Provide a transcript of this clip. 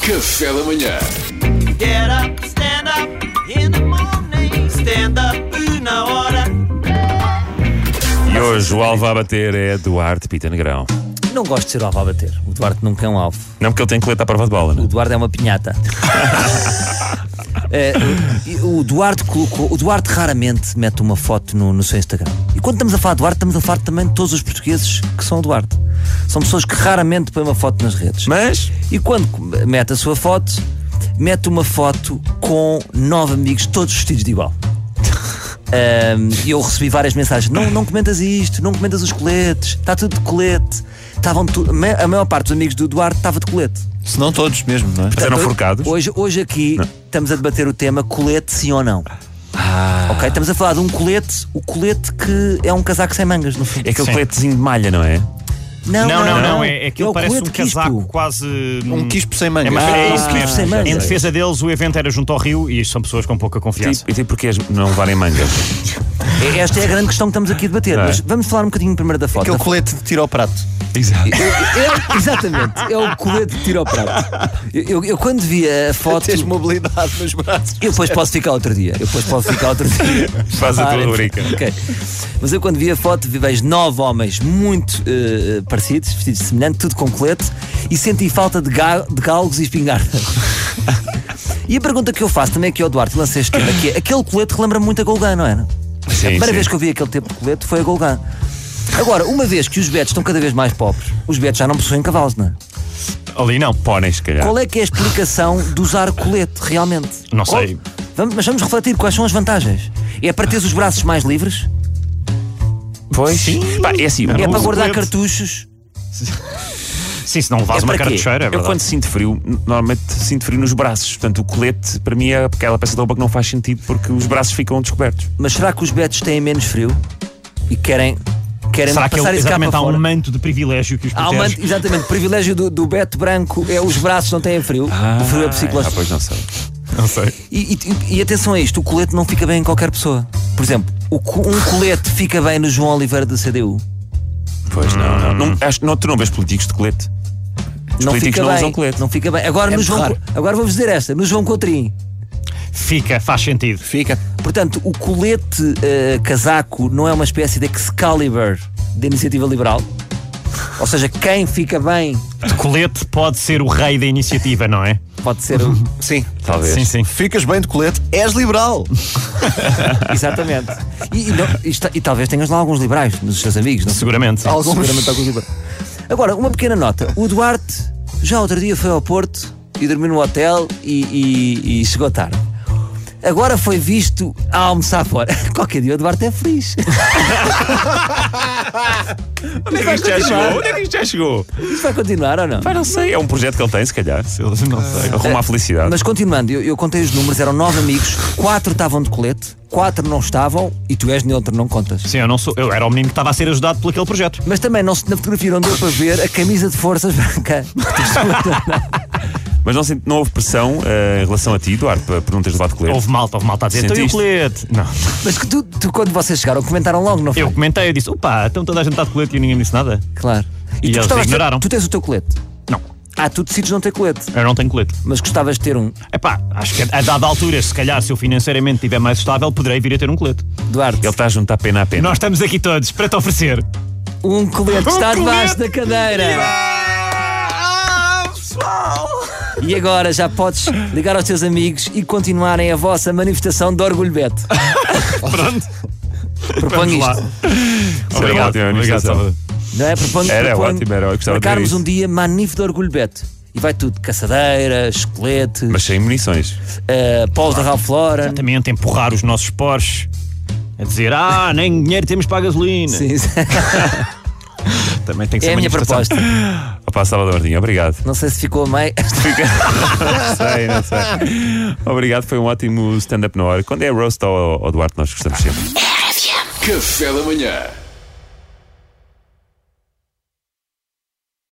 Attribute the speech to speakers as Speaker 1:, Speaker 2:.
Speaker 1: Café da manhã.
Speaker 2: Get up, stand up in the morning. Stand up na hora.
Speaker 3: E hoje o alvo a bater é Duarte Pita Negrão.
Speaker 4: Não gosto de ser o alvo a bater. O Duarte nunca é um alvo.
Speaker 3: Não porque ele tem colete à prova de bola,
Speaker 4: O
Speaker 3: né?
Speaker 4: Duarte é uma pinhata. Eh, o, o Duarte colocou, o Duarte raramente mete uma foto no, no seu Instagram. E quando estamos a falar de Duarte, estamos a falar também de todos os portugueses que são o Duarte. São pessoas que raramente põem uma foto nas redes.
Speaker 3: Mas
Speaker 4: E quando mete a sua foto, mete uma foto com nove amigos, todos vestidos de igual. Ahm, E eu recebi várias mensagens: não, não comentas isto, não comentas os coletes, está tudo de colete. Estavam tu- ma- a maior parte dos amigos do Duarte estava de colete.
Speaker 5: Se não todos mesmo, não é?
Speaker 3: mas eram
Speaker 4: Portanto,
Speaker 3: forcados.
Speaker 4: Hoje, hoje aqui estamos a debater o tema colete, sim ou não.
Speaker 6: Ah.
Speaker 4: Ok? Estamos a falar de um colete, o colete que é um casaco sem mangas, no fundo.
Speaker 3: É aquele
Speaker 6: Sim.
Speaker 3: coletezinho de malha, não é?
Speaker 4: Não,
Speaker 6: Não, não, não, é, é aquilo
Speaker 4: o
Speaker 6: parece um
Speaker 4: colete quispo.
Speaker 6: casaco quase.
Speaker 5: Um quispo sem
Speaker 6: É,
Speaker 5: manga.
Speaker 6: mas é isso
Speaker 4: um quispo
Speaker 6: mesmo.
Speaker 4: sem mangas.
Speaker 6: Em defesa deles, o evento era junto ao Rio e isto são pessoas com pouca confiança.
Speaker 3: Tipo, e tipo porque as- não levarem mangas.
Speaker 4: É- Esta é a grande questão que estamos aqui a debater.
Speaker 3: Não é?
Speaker 4: Mas vamos falar um bocadinho primeiro da foto.
Speaker 5: Aquele colete de tiro ao prato.
Speaker 3: Exato.
Speaker 4: É, exatamente, é o colete de tiro ao prato. Eu, eu- eu quando vi a foto.
Speaker 5: Tens mobilidade nos braços.
Speaker 4: Eu depois posso ficar outro dia. Eu depois posso ficar outro dia.
Speaker 3: Faz a tua
Speaker 4: Ah,
Speaker 3: rubrica.
Speaker 4: Ok. Mas eu quando vi a foto vi vejo nove homens muito eh, parecidos, vestidos semelhantes, tudo com colete, e senti falta de, ga de galgos e espingardas. E a pergunta que eu faço também aqui ao Duarte, lancei este tema, que é aquele colete que lembra muito a Golgan, não é? era? a
Speaker 3: Sim,
Speaker 4: primeira
Speaker 3: sim.
Speaker 4: vez que eu vi aquele tipo de colete foi a Golgan. Agora, uma vez que os betos estão cada vez mais pobres, os betos já não possuem cavalos, não é?
Speaker 6: Ali não.
Speaker 3: Póneis, se calhar.
Speaker 4: Qual é que é a explicação de usar colete, realmente?
Speaker 6: Não
Speaker 4: Qual-
Speaker 6: sei.
Speaker 4: Vamos, mas vamos refletir quais são as vantagens. É para teres os braços mais livres?
Speaker 3: Pois. Pá, é assim,
Speaker 4: é
Speaker 3: eu-
Speaker 4: para
Speaker 6: o
Speaker 4: guardar
Speaker 6: colete.
Speaker 4: cartuchos?
Speaker 6: Sim, se não
Speaker 3: é
Speaker 6: levas uma
Speaker 3: para quê?
Speaker 6: cartucheira, é
Speaker 3: Eu quando
Speaker 6: verdade.
Speaker 3: sinto frio, normalmente sinto frio nos braços. Portanto, o colete, para mim, é aquela peça de roupa que não faz sentido porque os braços ficam descobertos.
Speaker 4: Mas será que os betos têm menos frio? E querem, querem
Speaker 6: Será que
Speaker 4: passar
Speaker 6: ele,
Speaker 4: esse cá para
Speaker 6: exatamente há um
Speaker 4: fora?
Speaker 6: manto de privilégio que os
Speaker 4: Há um
Speaker 6: protege?
Speaker 4: manto- exatamente, o privilégio do, do beto branco é os braços não têm frio. o frio é
Speaker 3: Ah,
Speaker 4: psicológico.
Speaker 3: pois não sei.
Speaker 6: Não sei.
Speaker 4: E, e- e atenção a isto, o colete não fica bem em qualquer pessoa. Por exemplo, o co- um colete fica bem no João Oliveira da CDU.
Speaker 3: Pois não, não. não, acho, não tu não vês políticos de colete. Os
Speaker 4: não
Speaker 3: políticos
Speaker 4: fica
Speaker 3: não
Speaker 4: bem.
Speaker 3: usam colete. É
Speaker 4: Não fica bem. Agora, no
Speaker 5: muito
Speaker 4: João,
Speaker 5: raro.
Speaker 4: agora vou-vos dizer esta: no João Coutrinho.
Speaker 6: Fica, faz sentido.
Speaker 5: Fica.
Speaker 4: Portanto, o colete eh, casaco não é uma espécie de Excalibur da iniciativa liberal. Ou seja, quem fica bem
Speaker 6: De colete pode ser o rei da iniciativa, não é?
Speaker 4: pode ser. o-
Speaker 5: Sim.
Speaker 3: Talvez.
Speaker 6: Sim, sim.
Speaker 5: Ficas bem de colete, és liberal.
Speaker 4: Exatamente. E, e não- e está- e talvez tenhas lá alguns liberais nos seus amigos, não sei.
Speaker 6: Seguramente. sim.
Speaker 5: Alguns.
Speaker 4: Seguramente alguns liberais. Agora, uma pequena nota: o Duarte já outro dia foi ao Porto e dormiu no hotel e, e- e chegou tarde. Agora foi visto a almoçar fora. Qualquer dia o Duarte é feliz.
Speaker 3: Onde é que isto já chegou? Onde é que isto já chegou?
Speaker 4: Isto vai continuar ou não?
Speaker 3: Pá, não sei. É um projeto que ele tem, se calhar.
Speaker 6: Não sei.
Speaker 3: Arruma a felicidade.
Speaker 4: Mas continuando, eu, eu contei os números, eram nove amigos, quatro estavam de colete, quatro não estavam e tu és neutro, não contas.
Speaker 6: Sim, eu não sou. Eu era o menino que estava a ser ajudado por aquele projeto.
Speaker 4: Mas também não, se- na fotografia não deu para ver a camisa de forças branca.
Speaker 3: Mas não, senti- não houve pressão eh, em relação a ti, Duarte, para- por não teres levado colete?
Speaker 6: Houve malta, houve malta a dizer. Então e o
Speaker 3: Sentiste?
Speaker 6: colete? Não.
Speaker 4: Mas que tu, tu, quando vocês chegaram, comentaram logo, não foi?
Speaker 6: Eu comentei, eu disse, opa, então toda a gente está de colete e ninguém me disse nada.
Speaker 4: Claro.
Speaker 6: E
Speaker 4: tu
Speaker 6: eles
Speaker 4: gostavas de ter-
Speaker 6: ignoraram.
Speaker 4: tu tens o teu colete.
Speaker 6: Não,
Speaker 4: Ah, tu decides não ter colete,
Speaker 6: eu não tenho colete.
Speaker 4: mas gostavas de ter um.
Speaker 6: Epá, acho que a dada altura, se calhar, se eu financeiramente estiver mais estável, poderei vir a ter um colete.
Speaker 4: Duarte,
Speaker 3: Ele está a juntar pena a pena.
Speaker 6: Nós estamos aqui todos para te oferecer.
Speaker 4: um colete que
Speaker 6: Um
Speaker 4: está debaixo da
Speaker 6: colete!
Speaker 4: cadeira.
Speaker 3: Ah,
Speaker 4: E agora já podes ligar aos teus amigos e continuarem a vossa manifestação de orgulho Beto.
Speaker 6: Pronto.
Speaker 4: Proponho
Speaker 6: Vamos lá.
Speaker 4: isto.
Speaker 6: Obrigado,
Speaker 3: ótima
Speaker 6: obrigado,
Speaker 3: manifestação.
Speaker 6: Salvador.
Speaker 4: Não é? Proponho,
Speaker 3: Era
Speaker 4: proponho
Speaker 3: ótimo, era, eu gostava de ver
Speaker 4: Marcarmos
Speaker 3: isso.
Speaker 4: um dia magnífico de orgulho Beto. E vai tudo: caçadeira, esqueleto,
Speaker 3: Mas sem munições.
Speaker 4: eh, paus da Ralph Lauren.
Speaker 6: Exatamente, empurrar os nossos Porsche. A dizer, ah, nem dinheiro temos para a gasolina.
Speaker 4: Sim, sim.
Speaker 6: Também tem que
Speaker 4: É
Speaker 6: ser
Speaker 4: a minha
Speaker 6: manifestação.
Speaker 4: proposta.
Speaker 3: Opa, Salvador Martinho, obrigado.
Speaker 4: Não sei se ficou a meio.
Speaker 3: Não sei, não sei. Obrigado, foi um ótimo stand-up na hora. Quando é roast ao, ao Duarte, nós gostamos sempre.
Speaker 1: Café da manhã.